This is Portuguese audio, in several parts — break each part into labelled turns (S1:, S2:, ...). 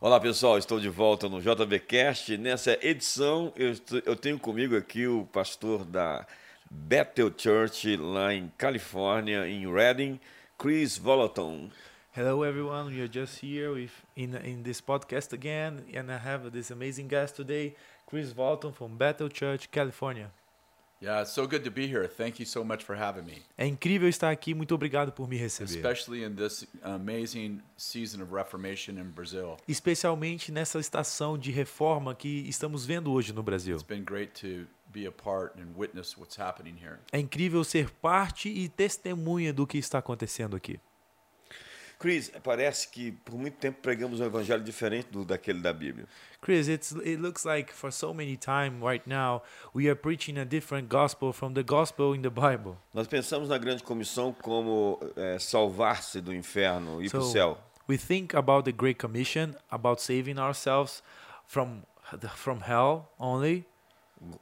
S1: Olá pessoal, estou de volta no JBcast. Nessa edição eu, estou- eu tenho comigo aqui o pastor da Bethel Church lá em Califórnia, em Redding, Chris Volaton.
S2: Hello everyone, we are just here with in in this podcast again, and I have this amazing guest today, Chris Walton from Bethel Church, California.
S3: Yeah, it's so good to be here. Thank you so much for having me,
S2: É incrível estar aqui, muito obrigado por me receber.
S3: especially in this amazing season of Reformation in Brazil.
S2: Especialmente nessa estação de reforma que estamos vendo hoje no Brasil.
S3: It's been great to be a part and witness what's happening here.
S2: É incrível ser parte e testemunha do que está acontecendo aqui.
S1: Chris, parece que por muito tempo pregamos um evangelho diferente do daquele da Bíblia.
S2: Chris, it's it looks like for so many time right now we are preaching a different gospel from the gospel in the Bible.
S1: Nós pensamos na grande comissão como eh, salvar-se do inferno e ir para o
S2: So,
S1: céu.
S2: We think about the Great Commission, about saving ourselves from from hell only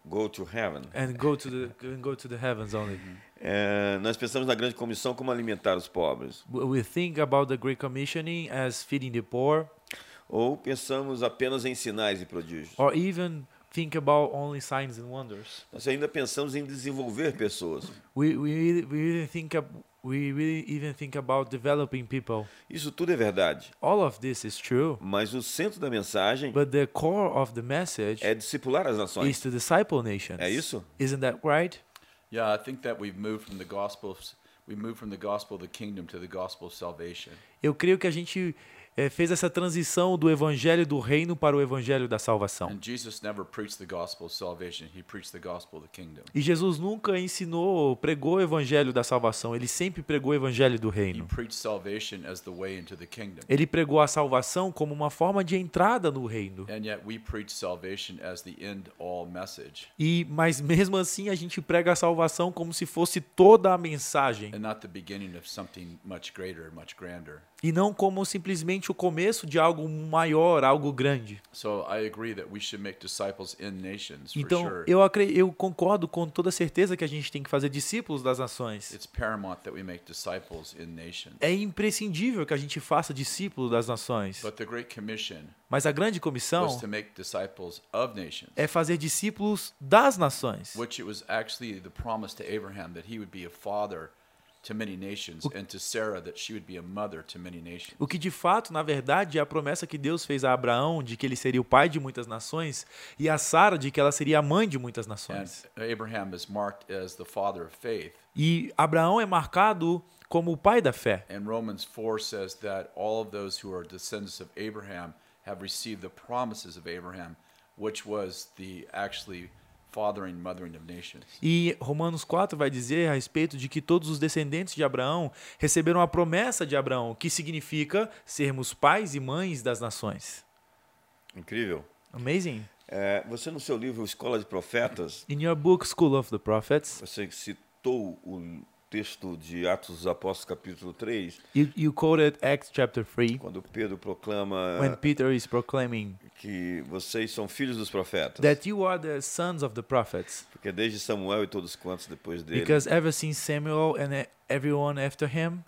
S1: Go to heaven.
S2: and go to the and go to the heavens only.
S1: Eh, nós pensamos na grande comissão como alimentar os pobres.
S2: We we think about the Great Commissioning as feeding the poor,
S1: Ou pensamos apenas em sinais e prodígios.
S2: or even think about only signs and wonders.
S1: Nós ainda pensamos em desenvolver pessoas.
S2: We we really, we really think ab- we really even think about developing people.
S1: Isso tudo é verdade,
S2: All of this is true,
S1: mas o centro da mensagem
S2: but the core of the message
S1: é discipular as nações.
S2: is to disciple nations.
S1: É isso?
S2: Isn't that right?
S3: Yeah, I think that we've moved from the gospel of, we moved from the gospel of the kingdom to the gospel of salvation.
S2: Eu creio que a gente eh, fez essa transição do evangelho do reino para o evangelho da salvação.
S3: And Jesus never preached the gospel of salvation. He preached the gospel of the kingdom.
S2: E Jesus nunca ensinou, pregou o evangelho da salvação, ele sempre pregou o evangelho do
S3: He
S2: reino.
S3: preached salvation as the way into the kingdom.
S2: Ele pregou a salvação como uma forma de entrada no reino.
S3: And yet we preach salvation as the end all message
S2: E mas mesmo assim a gente prega a salvação como se fosse toda a mensagem
S3: and not the beginning of something much greater, much grander.
S2: e não como simplesmente o começo de algo maior, algo grande.
S3: So I agree that we should make disciples in nations for
S2: Então
S3: sure.
S2: eu acre- eu concordo com toda certeza que a gente tem que fazer discípulos das nações.
S3: It's paramount that we make disciples in nations.
S2: É imprescindível que a gente faça discípulo das nações.
S3: But the Great Commission
S2: Mas a grande
S3: was
S2: comissão
S3: to make disciples of nations,
S2: é fazer discípulos das nações.
S3: which it was actually the promise to Abraham that he would be a father to many nations, and to Sarah that she would be a mother to many nations.
S2: O que de fato, na verdade, é a promessa que Deus fez a Abraão de que ele seria o pai de muitas nações e a Sara de que ela seria a mãe de muitas
S3: And
S2: nações.
S3: Abraham is marked as the father of faith.
S2: E Abraão é marcado como o pai da fé.
S3: And Romans 4 says that all of those who are descendants of Abraham have received the promises of Abraham, which was the actually fathering, mothering of nations.
S2: E Romanos 4 vai dizer a respeito de que todos os descendentes de Abraão receberam a promessa de Abraão, que significa sermos pais e mães das nações.
S1: Incrível.
S2: Amazing.
S1: É, você, no seu livro Escola de Profetas,
S2: In your book, School of the Prophets,
S1: você citou o texto de Atos dos Apóstolos, capítulo 3,
S2: you, you quoted Acts chapter 3
S1: quando Pedro proclama
S2: when Peter is proclaiming
S1: que vocês são filhos dos profetas.
S2: that you are the sons of the prophets,
S1: Porque desde Samuel e todos quantos depois dele
S2: because ever since Samuel and e- everyone after him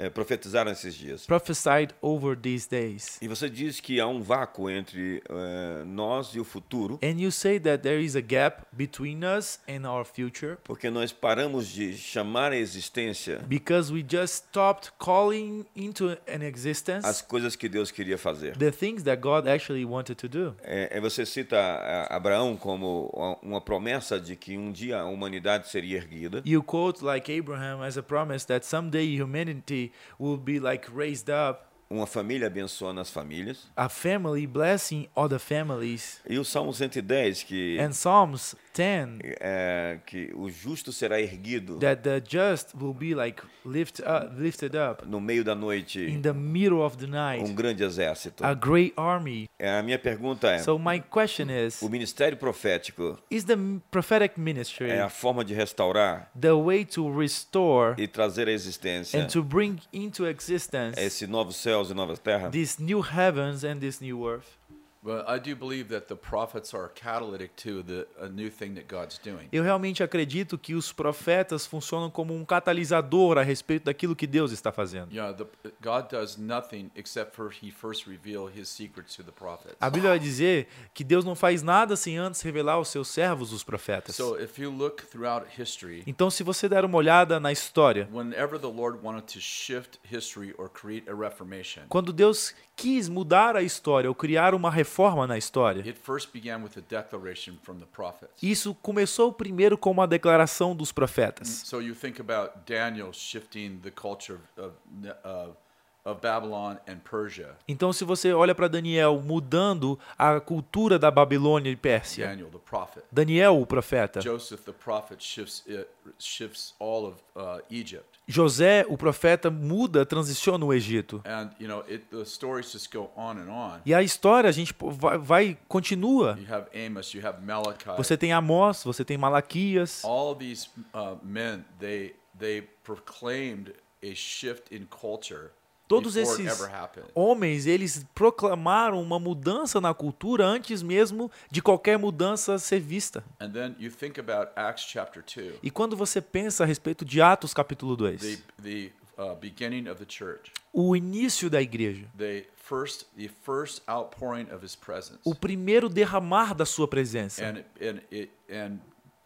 S1: é, profetizaram esses dias.
S2: prophesied over these days.
S1: E você diz que há um vácuo entre é, nós e o futuro,
S2: And you say that there is a gap between us and our future
S1: porque nós paramos de chamar a existência
S2: because we just stopped calling into an
S1: as
S2: existence
S1: coisas que Deus queria fazer.
S2: the things that God actually wanted to do.
S1: É, é, você cita a- Abraão como a- uma promessa de que um dia a humanidade seria erguida.
S2: you quote like Abraham as a promise that someday humanity will be like raised up,
S1: Uma família abençoando as famílias.
S2: a family blessing other families.
S1: E o Salmo 110, que,
S2: And Psalms 10
S1: é, que o justo será erguido
S2: that the just will be like lift up, lifted up
S1: no meio da noite,
S2: in the middle of the
S1: um
S2: night,
S1: grande exército.
S2: a great army.
S1: É, A minha pergunta é,
S2: So my question is,
S1: o ministério profético
S2: is the prophetic ministry
S1: é a forma de restaurar
S2: the way to restore
S1: e trazer à existência
S2: and to bring into existence
S1: esse novo céus e nova terra?
S2: these new heavens and this new earth?
S3: Well, I do believe that the prophets are catalytic to the a new thing that God's doing.
S2: Eu realmente acredito que os profetas funcionam como um catalisador a respeito daquilo que Deus está fazendo.
S3: You know, the, God does nothing except for He first reveal His secrets to the prophets.
S2: A Bíblia vai dizer que Deus não faz nada sem antes revelar aos seus servos, os profetas.
S3: So if you look throughout history,
S2: Então, se você der uma olhada na história,
S3: whenever the Lord wanted to shift history or create a reformation,
S2: quando Deus quis mudar a história ou criar uma reforma na história,
S3: it first began with a declaration from the prophets.
S2: isso começou primeiro com uma declaração dos profetas.
S3: So you think about Daniel shifting the culture of, of, of, of Babylon and Persia.
S2: Então, se você olha para Daniel mudando a cultura da Babilônia e Pérsia,
S3: Daniel, the prophet.
S2: Daniel, o profeta,
S3: Joseph, the prophet, shifts, it, shifts all of uh, Egypt.
S2: José, o profeta, muda, transiciona o Egito.
S3: And, you know, it, the stories just go on and on.
S2: E a história, a gente pô, vai, vai- continua.
S3: You have Amos, you have Malachi.
S2: Você tem Amós, você tem Malaquias.
S3: all these uh, men, they, they proclaimed a shift in culture
S2: Todos
S3: before it
S2: esses Oh.
S3: ever happened.
S2: homens, eles proclamaram uma mudança na cultura antes mesmo de qualquer mudança ser vista.
S3: And then you think about Acts chapter 2,
S2: E quando você pensa a respeito de Atos capítulo
S3: the,
S2: 2,
S3: the uh, beginning of the church.
S2: o início da igreja,
S3: the first the first outpouring of his presence
S2: o primeiro derramar da sua presença.
S3: and and it and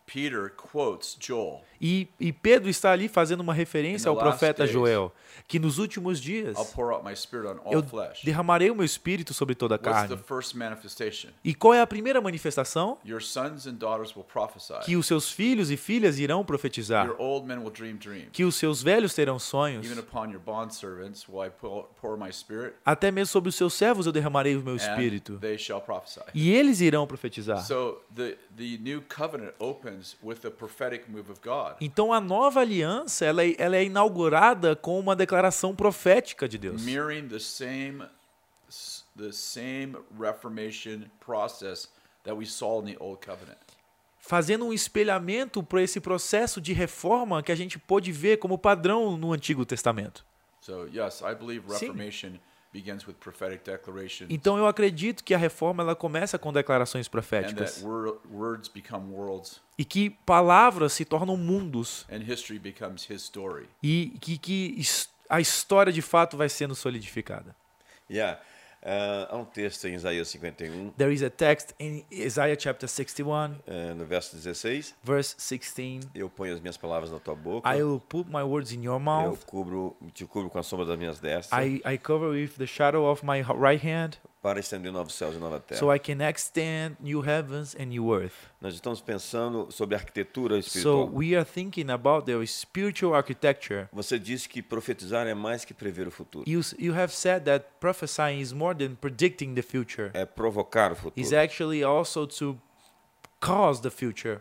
S3: peter quotes joel
S2: E, e Pedro está ali fazendo uma
S3: In the
S2: referência ao
S3: last
S2: profeta
S3: days,
S2: Joel, que nos últimos dias
S3: i'll pour out my spirit on all
S2: eu
S3: flesh
S2: derramarei o meu espírito sobre toda a
S3: what's the
S2: carne.
S3: first manifestation
S2: E qual é a primeira manifestação?
S3: your sons and daughters will prophesy
S2: Que os seus filhos e filhas irão profetizar,
S3: your old men will dream dreams
S2: que os seus velhos terão sonhos,
S3: even upon your bondservants will i pour, pour my spirit
S2: até mesmo sobre os seus servos eu derramarei o meu
S3: and
S2: espírito,
S3: they shall prophesy
S2: e eles irão profetizar.
S3: É. so the the new covenant opens with the prophetic move of god
S2: Então a nova aliança, ela é, ela é inaugurada com uma declaração profética de Deus.
S3: mirroring the same the same reformation process that we saw in the old covenant
S2: Fazendo um espelhamento para esse processo de reforma que a gente pôde ver como padrão no Antigo Testamento.
S3: so yes i believe
S2: Sim.
S3: reformation begins with prophetic declaration
S2: Então eu acredito que a reforma ela começa com declarações
S3: and that
S2: proféticas
S3: wor- words become worlds
S2: e que palavras se tornam mundos
S3: and history becomes his story
S2: e que, que his- a história de fato vai sendo solidificada.
S1: Yeah. Ah, há um texto em Isaías 51,
S2: There is a text in Isaiah chapter 61,
S1: eh, no verso 16.
S2: verse 16.
S1: Eu ponho as minhas palavras na tua boca.
S2: I will put my words in your
S1: Eu
S2: mouth.
S1: cubro, te cubro com a sombra das minhas destras
S2: I, I cover with the shadow of my h- right hand,
S1: para estender novos céus e nova terra.
S2: so I can extend new heavens and new earth.
S1: Nós estamos pensando sobre arquitetura
S2: So
S1: espiritual.
S2: we are thinking about the spiritual architecture.
S1: Você disse que profetizar é mais que prever o futuro.
S2: You, s- you have said that prophesying is more than predicting the future.
S1: É provocar o futuro.
S2: It's actually also to cause the future.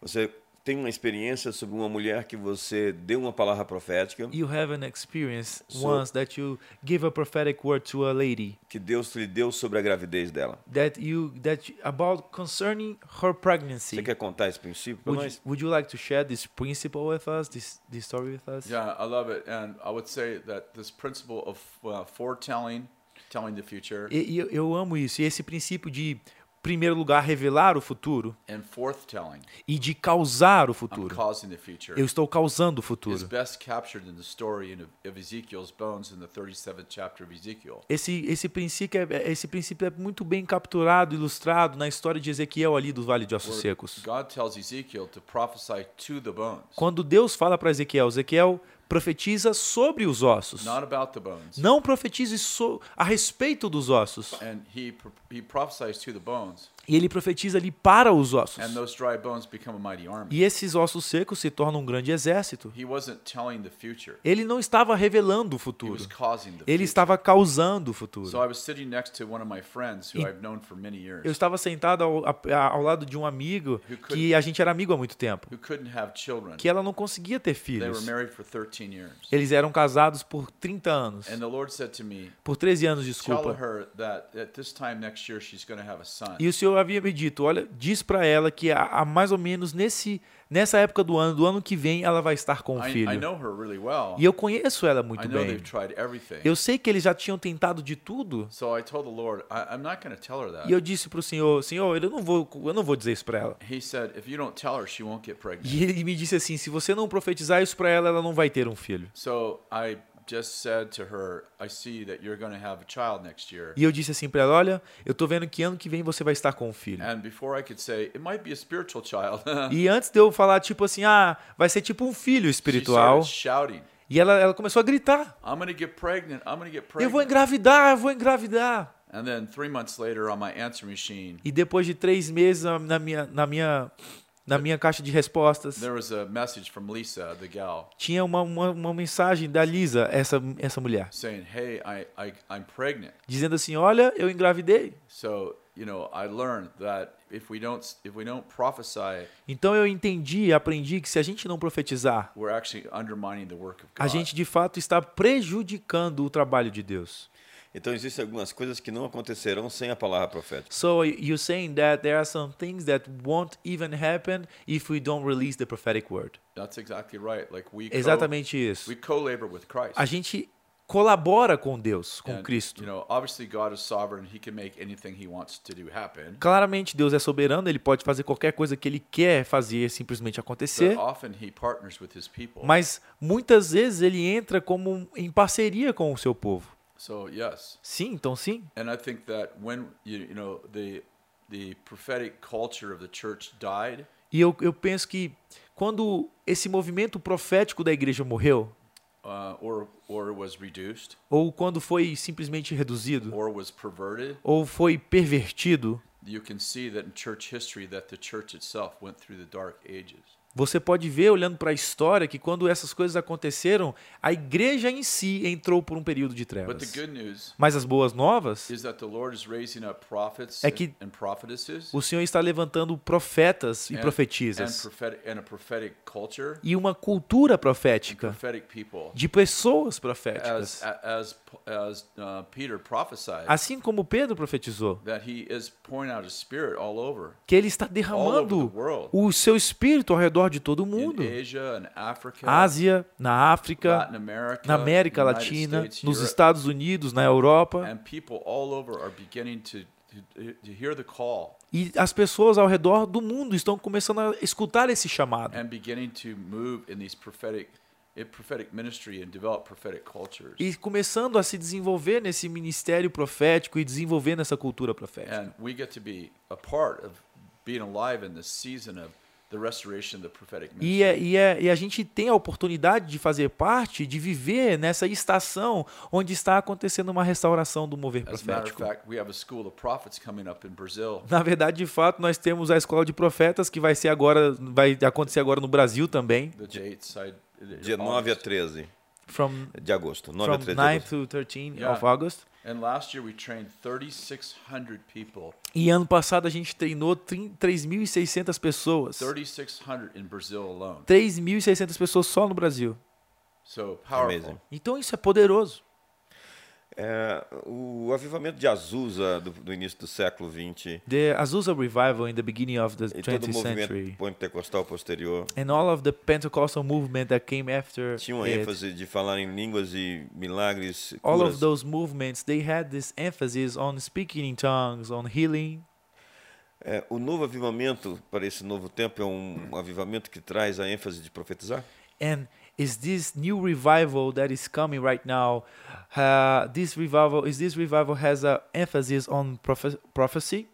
S1: Você tem uma experiência sobre uma mulher que você deu uma palavra profética
S2: You have an experience
S1: So-
S2: once that you give a prophetic word to a lady
S1: que Deus lhe deu sobre a gravidez dela.
S2: that you that you- about concerning her pregnancy.
S1: Você quer contar esse princípio para
S2: Would you,
S1: nós?
S2: would you like to share this principle with us, this this story with us?
S3: yeah i love it and i would say that this principle of uh, foretelling telling the future
S2: E, e eu- eu amo isso. E esse princípio de, em primeiro lugar, revelar o futuro
S3: and forthtelling
S2: e de causar o
S3: i'm
S2: futuro.
S3: causing the future
S2: Eu estou causando o
S3: is
S2: futuro.
S3: best captured in the story in- of Ezekiel's bones in the 37th chapter of Ezekiel.
S2: Esse, esse, princípio é, é- esse princípio é muito bem capturado, ilustrado na história de Ezequiel ali do Vale de Ossos
S3: where
S2: Secos.
S3: God tells Ezekiel to prophesy to the bones,
S2: Quando Deus fala para Ezequiel, Ezequiel profetiza sobre os ossos.
S3: not about the bones.
S2: Não profetize so, a respeito dos ossos.
S3: And he pr- he prophesies to the bones,
S2: E ele profetiza ali para os
S3: and
S2: ossos.
S3: those dry bones become a mighty army.
S2: E esses ossos secos se tornam um grande exército.
S3: He wasn't telling the future;
S2: Ele não estava revelando o
S3: he
S2: futuro.
S3: was causing the
S2: Ele
S3: future.
S2: estava causando o
S3: So
S2: futuro.
S3: I was sitting next to one of my friends who
S2: E-
S3: I've known for many
S2: Eu
S3: years,
S2: estava sentado ao, a- a- ao lado de um amigo
S3: Who could-
S2: que a gente era amigo há muito tempo,
S3: who couldn't have children.
S2: que ela não conseguia ter
S3: They were
S2: filhos.
S3: married for 13 years,
S2: Eles eram casados por 30 anos,
S3: and the Lord said to me,
S2: por 13 anos,
S3: "Tell
S2: desculpa.
S3: her that at this time next year she's going to have a son."
S2: E o Senhor eu havia me dito, olha, diz para ela que a, a mais ou menos nesse nessa época do ano, do ano que vem, ela vai estar com o
S3: I,
S2: filho.
S3: I know her really well.
S2: E eu conheço ela muito
S3: I know
S2: bem.
S3: they've tried everything.
S2: Eu sei que eles já tinham tentado de tudo.
S3: So I told the Lord, I, I'm not going to tell her that.
S2: E eu disse pro Senhor, Senhor, eu não vou, eu não vou dizer isso para ela.
S3: He said, if you don't tell her, she won't get pregnant.
S2: E ele me disse assim, se você não profetizar isso para ela, ela não vai ter um filho.
S3: So I just said to her, I see that you're going to have a child next year.
S2: E eu disse assim para ela, olha, eu tô vendo que ano que vem você vai estar com um filho.
S3: And before I could say, it might be a spiritual child,
S2: E antes de eu falar tipo assim, ah, vai ser tipo um filho
S3: she started
S2: espiritual,
S3: shouting,
S2: e ela, ela começou a gritar,
S3: I'm going to get pregnant. I'm going to get
S2: eu vou
S3: pregnant.
S2: engravidar, eu vou engravidar.
S3: And then three months later on my answer machine,
S2: E depois de três meses na- na minha, na minha, na minha caixa de respostas,
S3: there was a message from Lisa, the gal,
S2: tinha uma, uma, uma mensagem da Lisa, essa, essa mulher,
S3: saying, hey, I, I, I'm pregnant.
S2: dizendo assim, olha, eu engravidei.
S3: So, you know, I learned that if we don't, if we don't prophesy,
S2: Então eu entendi, e aprendi que se a gente não profetizar,
S3: we're actually undermining the work of God.
S2: a gente de fato está prejudicando o trabalho de Deus.
S1: Então existem algumas coisas que não acontecerão sem a palavra profética.
S2: So you're saying that there are some things that won't even happen if we don't release the prophetic word.
S3: That's exactly right. Like we
S2: Exatamente
S3: co-
S2: isso.
S3: we co-labor with Christ.
S2: A gente colabora com Deus, com
S3: And, You
S2: Cristo.
S3: know, obviously God is sovereign. He can make anything he wants to do happen.
S2: Claramente Deus é soberano, ele pode fazer qualquer coisa que ele quer fazer simplesmente
S3: But uh,
S2: acontecer,
S3: often he partners with his people.
S2: mas muitas vezes ele entra como um, em parceria com o seu povo.
S3: so yes.
S2: Sim, então sim.
S3: And I think that when you you know the the prophetic culture of the church died,
S2: E eu, eu penso que quando esse movimento profético da igreja morreu,
S3: uh, or or was reduced,
S2: ou quando foi simplesmente reduzido,
S3: or was perverted,
S2: ou foi pervertido,
S3: you can see that in church history that the church itself went through the dark ages.
S2: Você pode ver, olhando para a história, que quando essas coisas aconteceram, a igreja em si entrou por um período de
S3: But the
S2: trevas.
S3: good news
S2: Mas as boas novas,
S3: is that the Lord is raising up prophets
S2: É que-
S3: and prophetesses.
S2: o Senhor está levantando profetas e
S3: and- And,
S2: profetizas
S3: prophetic, and a prophetic culture,
S2: e uma cultura profética
S3: prophetic people.
S2: de pessoas
S3: As,
S2: proféticas.
S3: as, as uh, Peter prophesied,
S2: Assim como Pedro profetizou,
S3: that he is pouring out his spirit all over,
S2: que ele está
S3: all over the
S2: derramando
S3: world,
S2: o seu espírito ao redor de todo o
S3: in
S2: mundo.
S3: Asia and Africa,
S2: Ásia, na África,
S3: Latin America,
S2: na América
S3: United
S2: Latina,
S3: States,
S2: nos
S3: Europe,
S2: Estados Unidos, na Europa.
S3: and people all over are beginning to, to, to hear the call
S2: E as pessoas ao redor do mundo estão começando a escutar esse chamado
S3: and beginning to move in these prophetic, in prophetic ministry and develop prophetic cultures.
S2: e começando a se desenvolver nesse ministério profético e desenvolver nessa cultura profética.
S3: And we get to be a part of being alive in this season of the restoration of the prophetic ministry.
S2: E, é, e, é, e a gente tem a oportunidade de fazer parte, de viver nessa estação onde está acontecendo uma restauração do mover
S3: As a matter of
S2: profético.
S3: fact, we have a school of prophets coming up in Brazil.
S2: Na verdade, de fato, nós temos a escola de profetas que vai ser agora, vai acontecer agora no Brasil também,
S3: The dates I
S1: Dia 9 a 13
S2: from,
S1: de agosto. 9 a
S2: from
S1: 13 de
S2: 9
S1: agosto.
S2: to 13
S3: Yeah.
S2: of August.
S3: And last year we trained 3,600 people.
S2: E ano passado a gente treinou 3- 3.600 pessoas.
S3: 3,600 in Brazil alone.
S2: 3.600 pessoas só no Brasil.
S3: So powerful.
S1: Amazing.
S2: Então isso é poderoso.
S1: É, o avivamento de Azusa do, do início do século XX
S2: The Azusa revival in the beginning of the
S1: e todo o
S2: 20th
S1: movimento
S2: century
S1: pentecostal posterior
S2: and all of the Pentecostal movement that came after
S1: tinha uma
S2: it,
S1: ênfase de falar em línguas e milagres,
S2: all
S1: curas.
S2: of those movements, they had this emphasis on speaking in tongues, on healing.
S1: É, o novo avivamento para esse novo tempo é um avivamento que traz a ênfase de profetizar?
S2: And is this new revival that is coming right now? Uh, this revival is this revival has a emphasis on prophe- prophecy.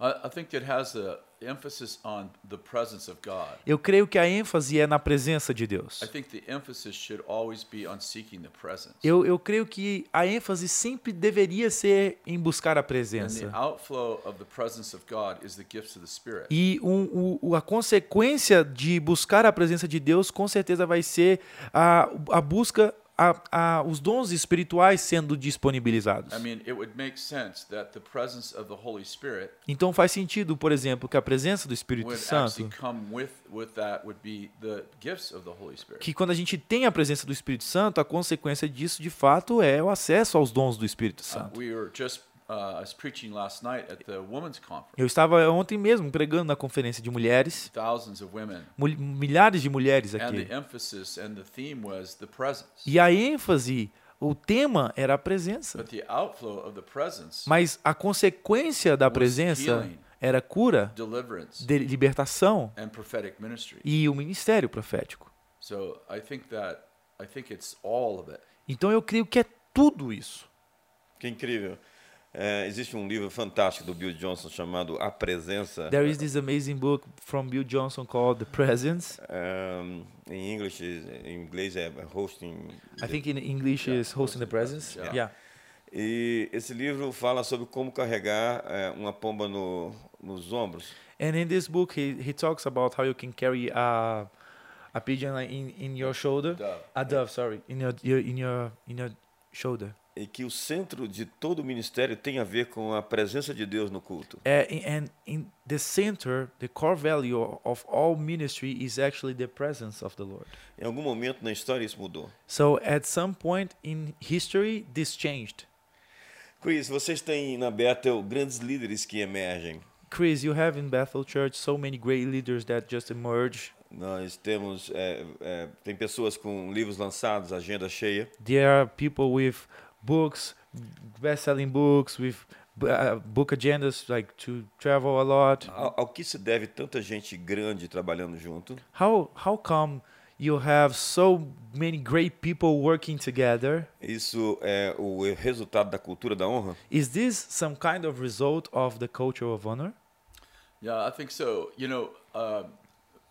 S3: I, I think it has a emphasis on the presence of God.
S2: Eu creio que a ênfase é na presença de Deus.
S3: I think the emphasis should always be on seeking the presence.
S2: Eu, eu creio que a ênfase sempre deveria ser em buscar a
S3: And
S2: presença.
S3: the outflow of the presence of God is the gifts of the Spirit.
S2: E um, o- o- a consequência de buscar a presença de Deus, com certeza, vai ser a, a busca, a, a, os dons espirituais sendo disponibilizados.
S3: I mean, it would make sense that the presence of the Holy Spirit
S2: Então faz sentido, por exemplo, que a presença do Espírito
S3: would actually
S2: Santo,
S3: come with with that would be the gifts of the Holy Spirit.
S2: que quando a gente tem a presença do Espírito Santo, a consequência disso, de fato, é o acesso aos dons do Espírito
S3: Uh,
S2: Santo.
S3: we were just uh, I was preaching last night at the women's conference.
S2: Eu estava ontem mesmo pregando na conferência de mulheres,
S3: Thousands of women,
S2: mul- milhares de mulheres
S3: and
S2: aqui.
S3: the emphasis and the theme was the presence.
S2: E a ênfase, o tema era a presença.
S3: But the outflow of the presence,
S2: Mas a consequência da presença era cura,
S3: deliverance,
S2: de libertação
S3: and prophetic ministry.
S2: e o ministério profético.
S3: So I think that I think it's all of it.
S2: Então eu creio que é tudo isso.
S1: Que incrível. É, existe um livro fantástico do Bill Johnson chamado A Presença.
S2: There is this amazing book from Bill Johnson called The Presence.
S1: Um, em inglês, em inglês é Hosting.
S2: I think in English is Hosting the Presence.
S3: Yeah.
S2: Yeah.
S1: E esse livro fala sobre como carregar é, uma pomba no, nos ombros.
S2: And in this book, he, he talks about how you can carry a a pigeon like, in in your shoulder,
S3: Dove.
S2: a dove, sorry, in your, your in your in your shoulder.
S1: E que o centro de todo o ministério tem a ver com a presença de Deus no culto.
S2: Uh, and in the center, the core value of all ministry is actually the presence of the Lord.
S1: Em algum momento na história isso mudou.
S2: So at some point in history, this changed.
S1: Chris, vocês têm na Bethel grandes líderes que emergem.
S2: Chris, you have in Bethel Church so many great leaders that just emerge.
S1: Nós temos é, é, tem pessoas com livros lançados, agenda cheia.
S2: There are people with books, best-selling books, with b- uh, book agendas, like to travel a lot.
S1: Ao, ao que se deve tanta gente grande trabalhando junto?
S2: How how come you have so many great people working together?
S1: Isso é o resultado da cultura da honra?
S2: Is this some kind of result of the culture of honor?
S3: Yeah, I think so. You know, um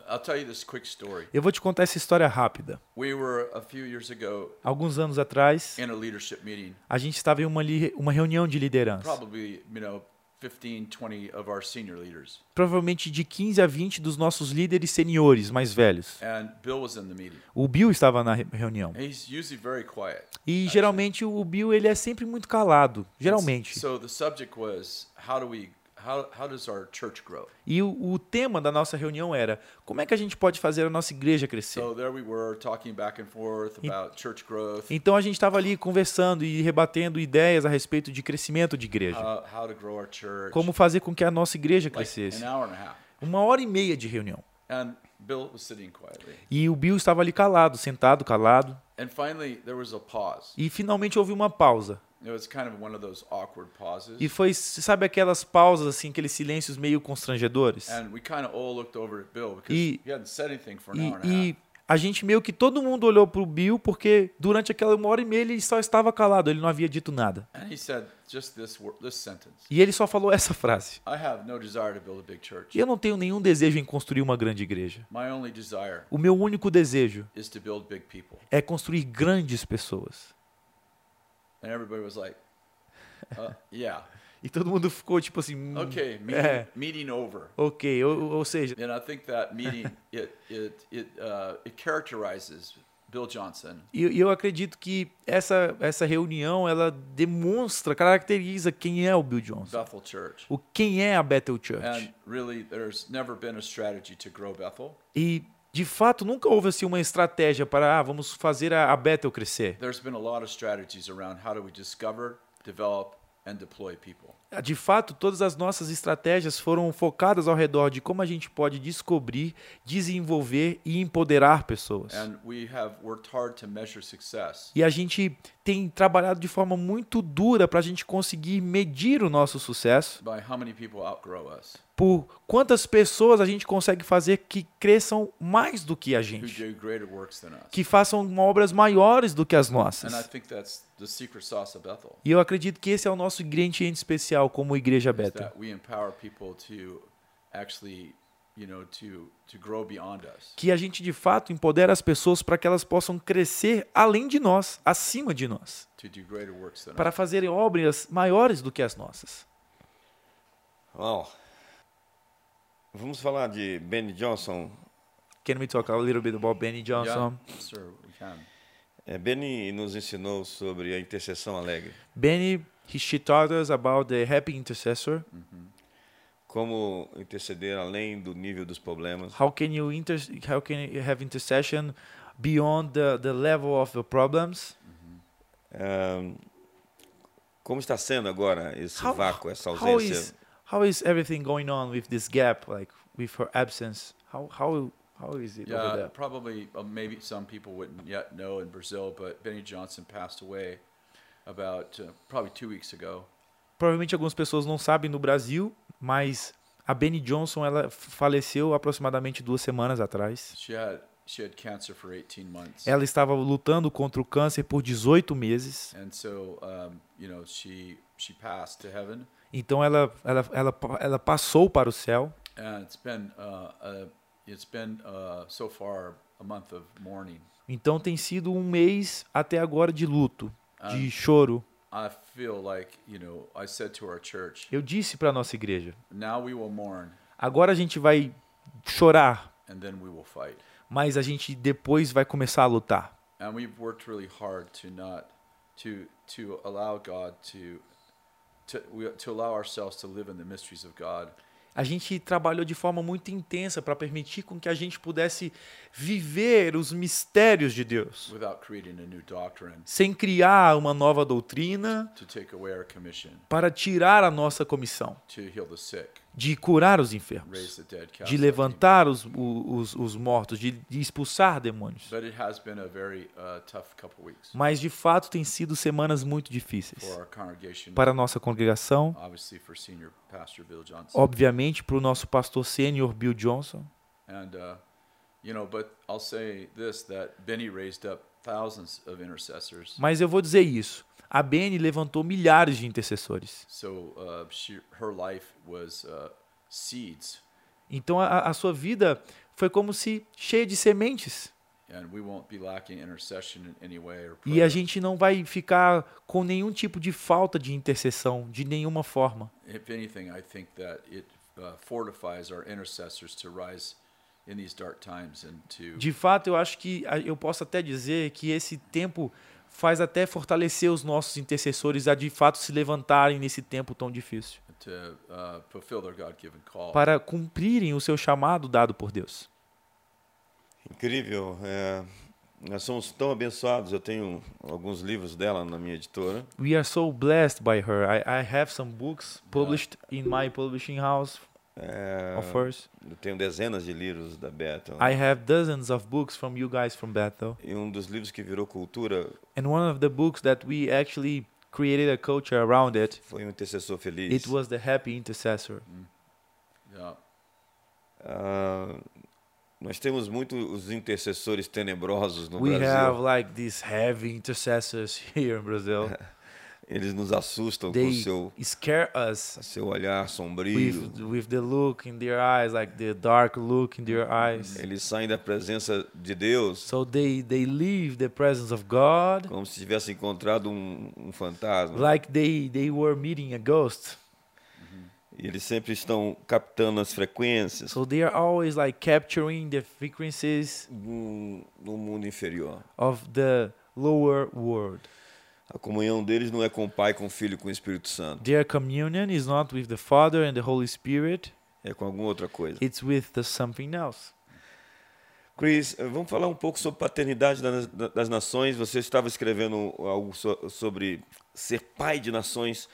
S3: I'll tell you this quick story.
S2: Eu vou te contar essa história rápida.
S3: We were a few years ago
S2: Alguns anos atrás,
S3: in a leadership meeting.
S2: a gente estava em uma, li- uma reunião de liderança.
S3: Probably, you know, 15, 20 of our senior leaders.
S2: Provavelmente de 15 a 20 dos nossos líderes seniores mais velhos.
S3: And Bill was in the meeting.
S2: O Bill estava na re- reunião.
S3: He's usually very quiet.
S2: E geralmente o Bill ele é sempre muito calado, geralmente.
S3: So the subject was how do we how how does our church grow?
S2: E o, o tema da nossa reunião era: como é que a gente pode fazer a nossa igreja crescer?
S3: So there we were talking back and forth about church growth,
S2: Então a gente estava ali conversando e rebatendo ideias a respeito de crescimento de igreja.
S3: how, uh, how to grow our church.
S2: Como fazer com que a nossa igreja
S3: Like an
S2: crescesse.
S3: hour and a half.
S2: Uma hora e meia de reunião.
S3: And Bill was sitting quietly.
S2: E o Bill estava ali calado, sentado, calado.
S3: And finally there was a pause.
S2: E finalmente houve uma pausa.
S3: It was kind of one of those awkward pauses.
S2: E foi, sabe aquelas pausas, assim, aqueles silêncios meio constrangedores?
S3: And we kind of all looked over at Bill because
S2: E-
S3: he hadn't said anything for an
S2: E,
S3: hour and a half.
S2: e a gente meio que todo mundo olhou pro Bill porque durante aquela uma hora e meia ele só estava calado, ele não havia dito nada.
S3: And he said just this wor- this sentence.
S2: E ele só falou essa frase:
S3: I have no desire to build a big church.
S2: Eu não tenho nenhum desejo em construir uma grande igreja.
S3: My only desire
S2: O meu único desejo
S3: is to build big people.
S2: é construir grandes pessoas.
S3: And everybody was like, uh, yeah,
S2: E todo mundo ficou tipo assim: "Hum,
S3: okay, meeting,
S2: é,
S3: meeting over.
S2: ok. Ou, ou seja,
S3: And I think that meeting it it it uh, it characterizes Bill Johnson
S2: e e eu acredito que essa, essa reunião ela demonstra, caracteriza quem é o Bill Johnson,
S3: Bethel Church.
S2: o quem é a Bethel Church.
S3: And really, there's never been a strategy to grow Bethel.
S2: E de fato nunca houve assim uma estratégia para ah, vamos fazer a, a Bethel crescer.
S3: There's been a lot of strategies around how do we discover, develop, and deploy people.
S2: De fato, todas as nossas estratégias foram focadas ao redor de como a gente pode descobrir, desenvolver e empoderar pessoas.
S3: And we have worked hard to measure success.
S2: E a gente tem trabalhado de forma muito dura para a gente conseguir medir o nosso sucesso
S3: by how many people outgrow us,
S2: por quantas pessoas a gente consegue fazer que cresçam mais do que a
S3: who
S2: gente,
S3: do greater works than us.
S2: que façam obras maiores do que as
S3: And I
S2: nossas.
S3: think that's the secret sauce of Bethel.
S2: E eu acredito que esse é o nosso ingrediente especial como Igreja
S3: Is
S2: Beta.
S3: that we empower people to actually, you know, to to grow beyond us.
S2: que a gente de fato empodera as pessoas para que elas possam crescer além de nós, acima de nós,
S3: to do greater works than
S2: para
S3: us.
S2: fazerem obras maiores do que as nossas.
S1: Uau. Vamos falar de Benny Johnson.
S2: Can we talk a little bit about Benny Johnson?
S3: Yeah, sir, we can.
S1: É, Benny nos ensinou sobre a intercessão alegre,
S2: Benny, he, she taught us about the happy intercessor.
S1: Mm-hmm. como interceder além do nível dos problemas.
S2: How can you inter how can you have intercession beyond the, the level of the problems?
S1: Ahn, Como está sendo agora esse
S2: How-
S1: vácuo, essa
S2: how
S1: ausência?
S2: is how is everything going on with this gap, like with her absence? How how how is it over
S3: Yeah,
S2: there?
S3: probably uh, maybe some people wouldn't yet know in Brazil, but Benny Johnson passed away about uh, probably two weeks ago.
S2: Provavelmente algumas pessoas não sabem no Brasil, mas a Benny Johnson ela f- faleceu aproximadamente duas semanas atrás.
S3: She had she had cancer for 18 months,
S2: Ela estava lutando contra o câncer por 18 meses.
S3: and so um, you know she she passed to heaven,
S2: Então ela ela ela, ela passou para o céu.
S3: and it's been uh, uh, it's been uh, so far a month of mourning.
S2: Então tem sido um mês até agora de luto, de
S3: Ah.
S2: choro.
S3: I feel like you know I said to our church,
S2: Eu disse para nossa igreja:
S3: now we will mourn
S2: agora a gente vai chorar,
S3: and then we will fight,
S2: mas a gente depois vai começar a lutar.
S3: and we've worked really hard to not to to allow God to. To, we, to allow ourselves to live in the mysteries of God,
S2: A gente trabalhou de forma muito intensa para permitir com que a gente pudesse viver os mistérios de Deus,
S3: without creating a new doctrine
S2: sem criar uma nova doutrina
S3: to take away our commission
S2: para tirar a nossa comissão
S3: to heal the sick,
S2: de curar os
S3: raise
S2: enfermos,
S3: the dead, cast
S2: de
S3: out
S2: levantar os, o- os, os mortos, de, de expulsar demônios.
S3: demons. But it has been a very uh, tough couple weeks
S2: Mas de fato tem sido semanas muito
S3: for
S2: difíceis
S3: our congregation,
S2: para a nossa congregação,
S3: obviously for senior pastor Bill Johnson,
S2: obviamente para o nosso pastor sênior Bill Johnson.
S3: and uh, you know. But I'll say this: that Benny raised up thousands of intercessors.
S2: Mas eu vou dizer isso. A BN levantou milhares de intercessores.
S3: So uh, she, her life was uh, seeds,
S2: Então a, a sua vida foi como se cheia de sementes.
S3: and we won't be lacking intercession in any way or
S2: E
S3: prayer.
S2: a gente não vai ficar com nenhum tipo de falta de intercessão, de nenhuma forma.
S3: If anything, I think that it uh, fortifies our intercessors to rise in these dark times and to
S2: De fato, eu acho que a- eu posso até dizer que esse tempo faz até fortalecer os nossos intercessores a de fato se levantarem nesse tempo tão difícil.
S3: to uh, fulfill their God-given call.
S2: para cumprirem o seu chamado dado por Deus.
S1: Incrível. é, nós somos tão abençoados. Eu tenho alguns livros dela na minha editora.
S2: We are so blessed by her. I, I have some books published in my publishing house
S1: É,
S2: of hers.
S1: eu tenho dezenas de livros da Bethel.
S2: I have dozens of books from you guys from Bethel.
S1: E um dos livros que virou cultura
S2: And one of the books that we actually created a culture around it,
S1: foi um intercessor feliz.
S2: it was The Happy Intercessor.
S3: Yeah.
S1: Ah, nós temos muitos intercessores tenebrosos no
S2: we
S1: Brasil.
S2: have like these heavy intercessors here in Brazil.
S1: Eles nos assustam com o
S2: they
S1: seu,
S2: scare us
S1: seu olhar sombrio.
S2: with, with the look in their eyes, like the dark look in their eyes.
S1: Eles saem da presença de Deus
S2: So they they leave the presence of God
S1: como se tivessem encontrado um, um fantasma.
S2: like they they were meeting a ghost.
S1: E eles sempre estão captando as frequências
S2: So they are always like capturing the frequencies
S1: do, do mundo inferior.
S2: of the lower world.
S1: A comunhão deles não é com o Pai, com o Filho, e com o Espírito Santo.
S2: Their communion is not with the Father and the Holy Spirit,
S1: É com alguma outra coisa.
S2: it's with the something else.
S1: Chris, eh, vamos falar um pouco sobre paternidade das, das nações. Você estava escrevendo algo so- sobre ser pai de nações.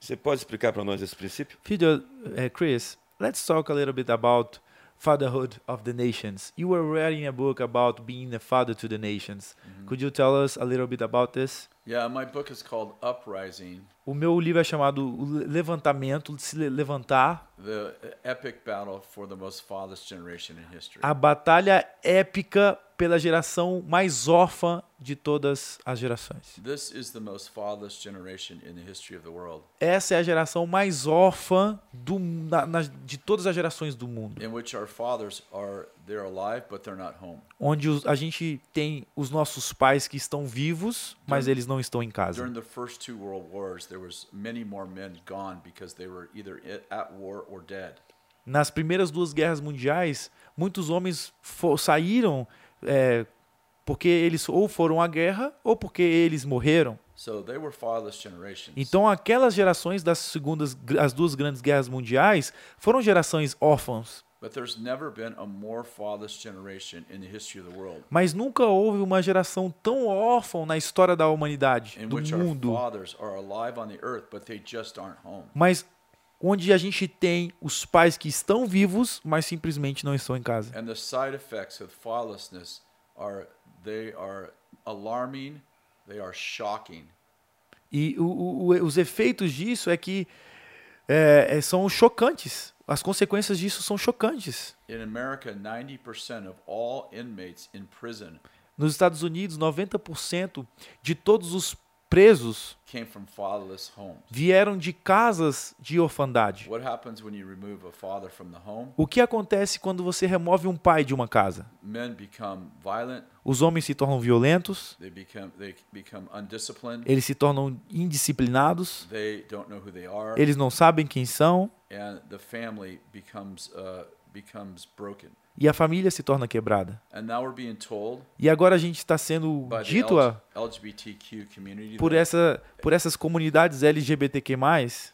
S1: Você pode explicar para nós esse princípio?
S2: Peter, uh, Chris, let's talk a little bit about fatherhood of the nations. You were writing a book about being a father to the nations. Could you tell us a little bit about this?
S3: yeah, my book is called Uprising,
S2: O meu livro é chamado O Le- Levantamento, se le- levantar,
S3: the epic battle for the most fatherless generation in history.
S2: a batalha épica pela geração mais órfã de todas as gerações.
S3: This is the most fatherless generation in the history of the world,
S2: Essa é a geração mais órfã do, na, na- de todas as gerações do mundo,
S3: in which our fathers are they're alive but they're not home.
S2: onde os- a gente tem os nossos pais que estão vivos, mas eles não estão em casa.
S3: During the first two world wars, there was many more men gone because they were either i- at war or dead.
S2: Nas primeiras duas guerras mundiais, muitos homens fo- saíram é, porque eles ou foram à guerra ou porque eles morreram.
S3: So they were fatherless generations.
S2: Então aquelas gerações das segundas as duas grandes guerras mundiais foram gerações órfãs
S3: But there's never been a more fatherless generation in the history of the world
S2: Mas nunca houve uma geração tão órfã na história da humanidade,
S3: in
S2: do
S3: which
S2: mundo.
S3: our fathers are alive on the earth, but they just aren't home.
S2: Mas onde a gente tem os pais que estão vivos, mas simplesmente não estão em casa.
S3: And the side effects of fatherlessness are they are alarming, they are shocking.
S2: E o- o- o- os efeitos disso é que é, é, são chocantes. As consequências disso são chocantes.
S3: In America, 90% of all inmates in prison
S2: Nos Estados Unidos, 90% de todos os presos
S3: came from fatherless homes.
S2: vieram de casas de orfandade.
S3: What happens when you remove a father from the home?
S2: O que acontece quando você remove um pai de uma casa?
S3: Men become violent,
S2: Os homens se tornam violentos,
S3: they become they become undisciplined,
S2: eles se tornam indisciplinados,
S3: they don't know who they are,
S2: eles não sabem quem são
S3: and the family becomes uh, becomes broken.
S2: e a família se torna quebrada.
S3: And now we're being told
S2: E agora a gente está sendo
S3: by the
S2: dito a,
S3: L- LGBTQ community
S2: por,
S3: that-
S2: essa, por essas comunidades LGBTQ+,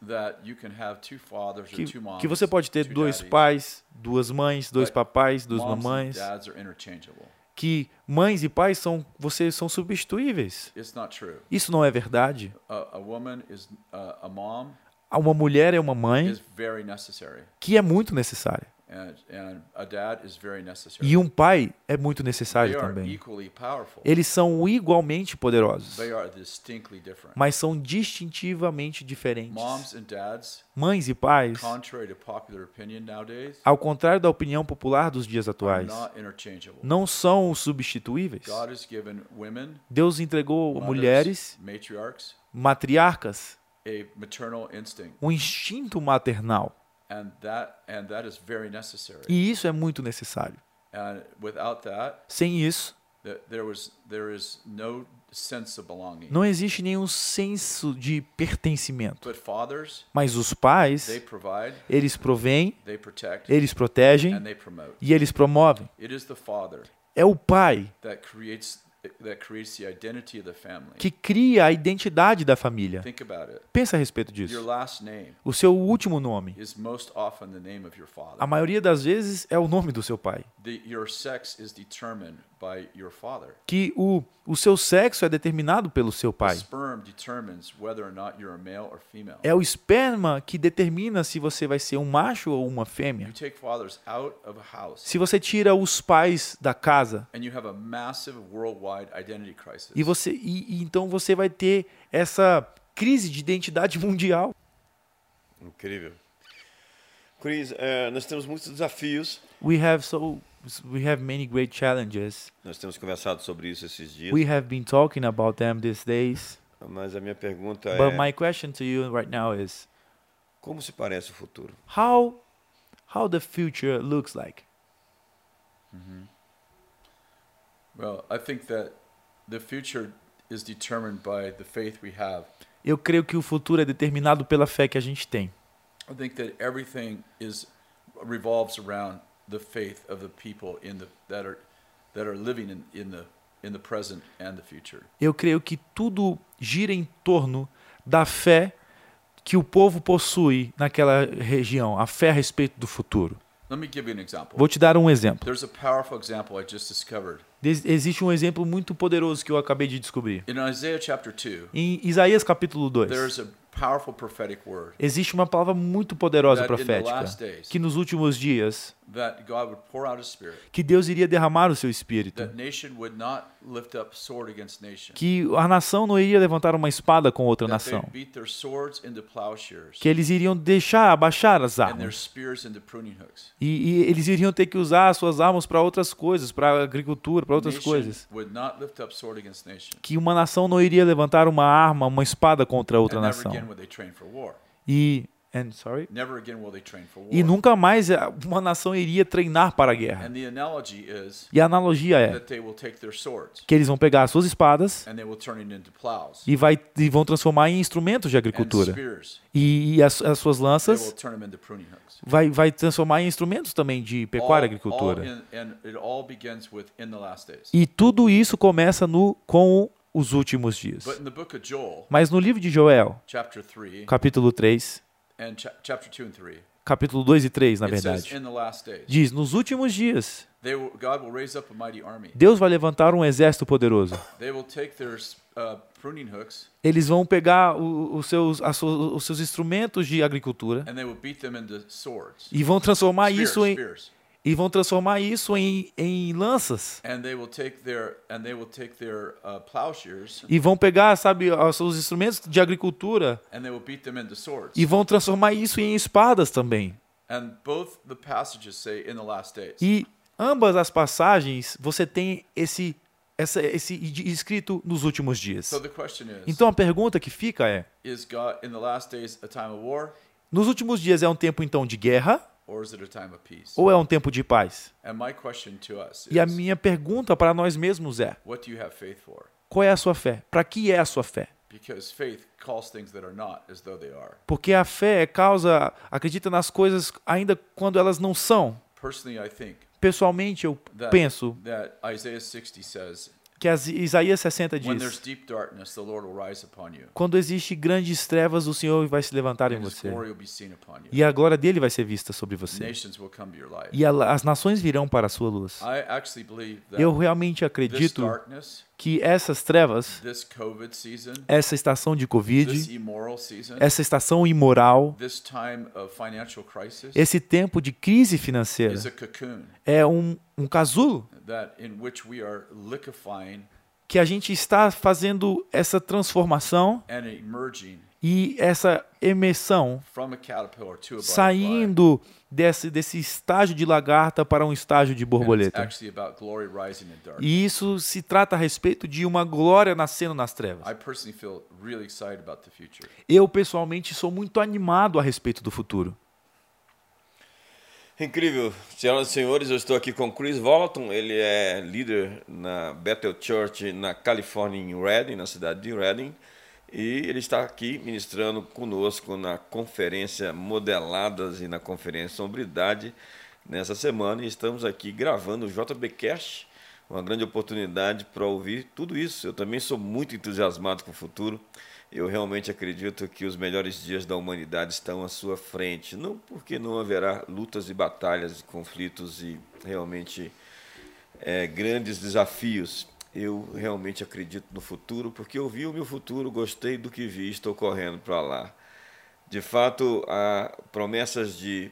S3: that you can have two fathers or
S2: que,
S3: two moms.
S2: que você pode ter
S3: two
S2: dois
S3: daddies.
S2: pais, duas mães, dois
S3: But
S2: papais, duas
S3: Moms and
S2: mamães,
S3: Dads are interchangeable.
S2: que mães e pais são, você, são substituíveis.
S3: It's not true.
S2: Isso não é verdade.
S3: A, a woman is uh, a mom
S2: Uma mulher é uma mãe
S3: is very necessary,
S2: que é muito necessária.
S3: and and a dad is very necessary.
S2: E um pai é muito
S3: they
S2: necessário
S3: are
S2: também.
S3: equally powerful.
S2: Eles são igualmente poderosos,
S3: They are distinctly different.
S2: mas são distintivamente diferentes.
S3: Moms and dads,
S2: Mães e pais,
S3: contrary to popular opinion nowadays,
S2: ao contrário da opinião popular dos dias
S3: are
S2: atuais,
S3: not interchangeable.
S2: não são substituíveis.
S3: God has given women,
S2: Deus entregou
S3: mothers,
S2: mulheres,
S3: matriarchs,
S2: matriarcas,
S3: a maternal instinct,
S2: um instinto maternal,
S3: and that and that is very necessary.
S2: e isso é muito necessário.
S3: And without that,
S2: Sem isso,
S3: th- there was there is no sense of belonging.
S2: não existe nenhum senso de pertencimento.
S3: But fathers,
S2: Mas os
S3: they
S2: pais,
S3: provide,
S2: eles provêm,
S3: they protect,
S2: eles protegem
S3: and they promote.
S2: e eles promovem.
S3: It is the father
S2: É o pai
S3: that creates that creates the identity of the family.
S2: que cria a identidade da família.
S3: Think about it.
S2: Pensa a respeito
S3: Your
S2: disso.
S3: last name
S2: O seu último nome,
S3: is most often the name of your
S2: a
S3: father.
S2: maioria das vezes, é o nome do seu pai.
S3: The, your sex is determined by your father.
S2: Que o, o seu sexo é determinado pelo seu
S3: The
S2: pai.
S3: sperm determines whether or not you're a male or female.
S2: É o esperma que determina se você vai ser um macho ou uma
S3: You
S2: fêmea.
S3: take fathers out of a house,
S2: Se você tira os pais da casa
S3: and you have a massive worldwide identity crisis.
S2: e você e, e então você vai ter essa crise de identidade mundial.
S1: Incrível. Cris, eh, nós temos muitos desafios.
S2: We have so we have many great challenges.
S1: Nós temos conversado sobre isso esses dias.
S2: We have been talking about them these days.
S1: Mas a minha pergunta
S2: But
S1: é:
S2: my question to you right now is
S1: como se parece o futuro?
S2: how how the future looks like.
S3: Well, I think that the future is determined by the faith we have.
S2: Eu creio que o futuro é determinado pela fé que a gente tem.
S3: I think that everything is revolves around the faith of the people in the that are that are living in, in the in the present and the future.
S2: Eu creio que tudo gira em torno da fé que o povo possui naquela região, a fé a respeito do futuro.
S3: Let me give you an example.
S2: Vou te dar um exemplo.
S3: There's a powerful example I just discovered.
S2: Des- Existe um exemplo muito poderoso que eu acabei de descobrir.
S3: In Isaiah chapter 2,
S2: Em Isaías capítulo 2,
S3: there's a powerful prophetic word
S2: existe uma palavra muito poderosa
S3: That in the
S2: profética
S3: last days-
S2: que nos últimos dias
S3: that God would pour out his spirit,
S2: que Deus iria derramar o seu espírito
S3: that nation would not lift up sword against nation,
S2: que a nação não iria levantar uma espada com outra
S3: that
S2: nação,
S3: they'd beat their swords into plowshares
S2: que eles iriam deixar abaixar as
S3: and their
S2: armas
S3: spears into pruning hooks.
S2: e, e eles iriam ter que usar as suas armas para outras coisas, para agricultura, para outras
S3: nation
S2: coisas,
S3: Would not lift up sword against nation.
S2: que uma nação não iria levantar uma arma, uma espada contra outra
S3: And never
S2: nação
S3: again would they train for war.
S2: e and, sorry,
S3: Never again will they train for war.
S2: e nunca mais a- uma nação iria treinar para a guerra.
S3: And the analogy is
S2: E a analogia é
S3: that they will take their swords
S2: que eles vão pegar as suas espadas
S3: and they will turn it into plows
S2: e, vai, e vão transformar em instrumentos de
S3: and
S2: agricultura
S3: spears.
S2: e, e as, as suas
S3: They will
S2: lanças
S3: turn them into pruning hooks.
S2: vai, vai transformar em instrumentos também de pecuária e
S3: All- all
S2: agricultura.
S3: in- and it all begins with in the last days.
S2: E tudo isso começa no com os últimos dias.
S3: But in the book of Joel,
S2: Mas no livro de Joel,
S3: chapter 3
S2: capítulo 3,
S3: and cha- chapter 2 and 3,
S2: capítulo 2 e 3, na
S3: It says,
S2: verdade.
S3: in the last days,
S2: Diz: Nos últimos dias,
S3: they will, God will raise up a mighty army.
S2: Deus vai levantar um exército poderoso.
S3: They will take their uh, pruning hooks
S2: Eles vão pegar o- os seus, as suas- os seus instrumentos de agricultura
S3: and they will beat them into swords,
S2: e vão transformar
S3: spears,
S2: isso em,
S3: spears.
S2: e vão transformar isso em, em lanças
S3: and they will take their and they will take their uh, plowshares
S2: e vão pegar, sabe, os seus instrumentos de agricultura
S3: and they will beat them into swords.
S2: e vão transformar isso em espadas também.
S3: And both the passages say in the last days.
S2: E ambas as passagens você tem esse essa, esse i- escrito nos últimos dias.
S3: So the question is:
S2: Então a pergunta que fica é:
S3: Is God in the last days a time of war,
S2: nos últimos dias é um tempo então de guerra
S3: or is it a time of peace?
S2: ou é um tempo de paz?
S3: And my question to us
S2: E a
S3: is:
S2: minha pergunta para nós mesmos é:
S3: What do you have faith for?
S2: qual é a sua fé? Para que é a sua fé?
S3: Because faith calls things that are not as though they are.
S2: Porque a fé é causa, acredita nas coisas ainda quando elas não são.
S3: Personally, I think
S2: Pessoalmente, eu
S3: that,
S2: penso
S3: that Isaiah 60 says,
S2: que as, Isaías 60
S3: When there's
S2: diz:
S3: deep darkness, the Lord will rise upon you,
S2: quando existe grandes trevas, o Senhor vai se levantar em
S3: and his
S2: você.
S3: glory will be seen upon you.
S2: E a glória dele vai ser vista sobre você.
S3: Nations will come to your light.
S2: E ela- as nações virão para a sua luz.
S3: I actually believe
S2: Eu
S3: that
S2: realmente
S3: Ah, é. this
S2: acredito
S3: darkness,
S2: que essas trevas,
S3: this COVID season,
S2: essa estação de
S3: this
S2: Covid,
S3: immoral season,
S2: essa estação imoral,
S3: this time of financial crisis
S2: esse tempo de crise
S3: is a
S2: financeira
S3: cocoon
S2: é um, um casulo
S3: that in which we are liquefying
S2: que a gente está fazendo essa transformação
S3: and emerging
S2: e essa imersão
S3: from a caterpillar to a butterfly.
S2: saindo desse, desse estágio de lagarta para um estágio de
S3: And it's
S2: borboleta.
S3: actually about glory rising in darkness.
S2: E isso se trata a respeito de uma glória nascendo nas trevas.
S3: I personally feel really excited about the future.
S2: Eu, pessoalmente, sou muito animado a respeito do futuro.
S1: Incrível. Senhoras e senhores, eu estou aqui com Chris Walton. Ele é líder na Bethel Church na Califórnia, em Redding, na cidade de Redding. E ele está aqui ministrando conosco na conferência Modeladas e na conferência Sombridade nessa semana. E estamos aqui gravando o JB Cash, uma grande oportunidade para ouvir tudo isso. Eu também sou muito entusiasmado com o futuro. Eu realmente acredito que os melhores dias da humanidade estão à sua frente. Não porque não haverá lutas e batalhas, conflitos e realmente é, grandes desafios. Eu realmente acredito no futuro porque eu vi o meu futuro, gostei do que vi, estou correndo para lá. De fato, há promessas de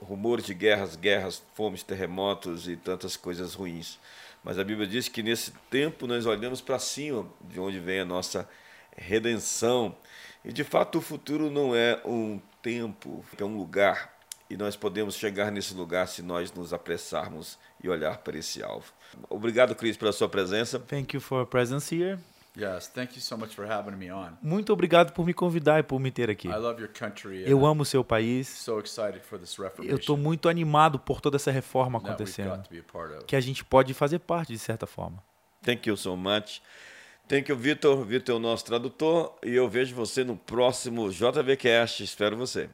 S1: rumores de guerras, guerras, fomes, terremotos e tantas coisas ruins. Mas a Bíblia diz que nesse tempo nós olhamos para cima, de onde vem a nossa redenção. E de fato, o futuro não é um tempo, é um lugar. E nós podemos chegar nesse lugar se nós nos apressarmos e olhar para esse alvo. Obrigado, Cris, pela sua presença.
S2: Thank you for your presence here.
S3: Yes, thank you so much for having me on.
S2: Muito obrigado por me convidar e por me ter aqui.
S3: I love your country. And
S2: Eu
S3: I'm
S2: amo seu país.
S3: so excited for this
S2: Eu estou
S3: reformation
S2: muito animado por toda essa reforma
S3: that we've got
S2: acontecendo,
S3: to be a part of.
S2: que a gente pode fazer parte de certa forma.
S1: Thank you so much. Thank you, Vitor. Vitor é o nosso tradutor. E eu vejo você no próximo JVCast. Espero você.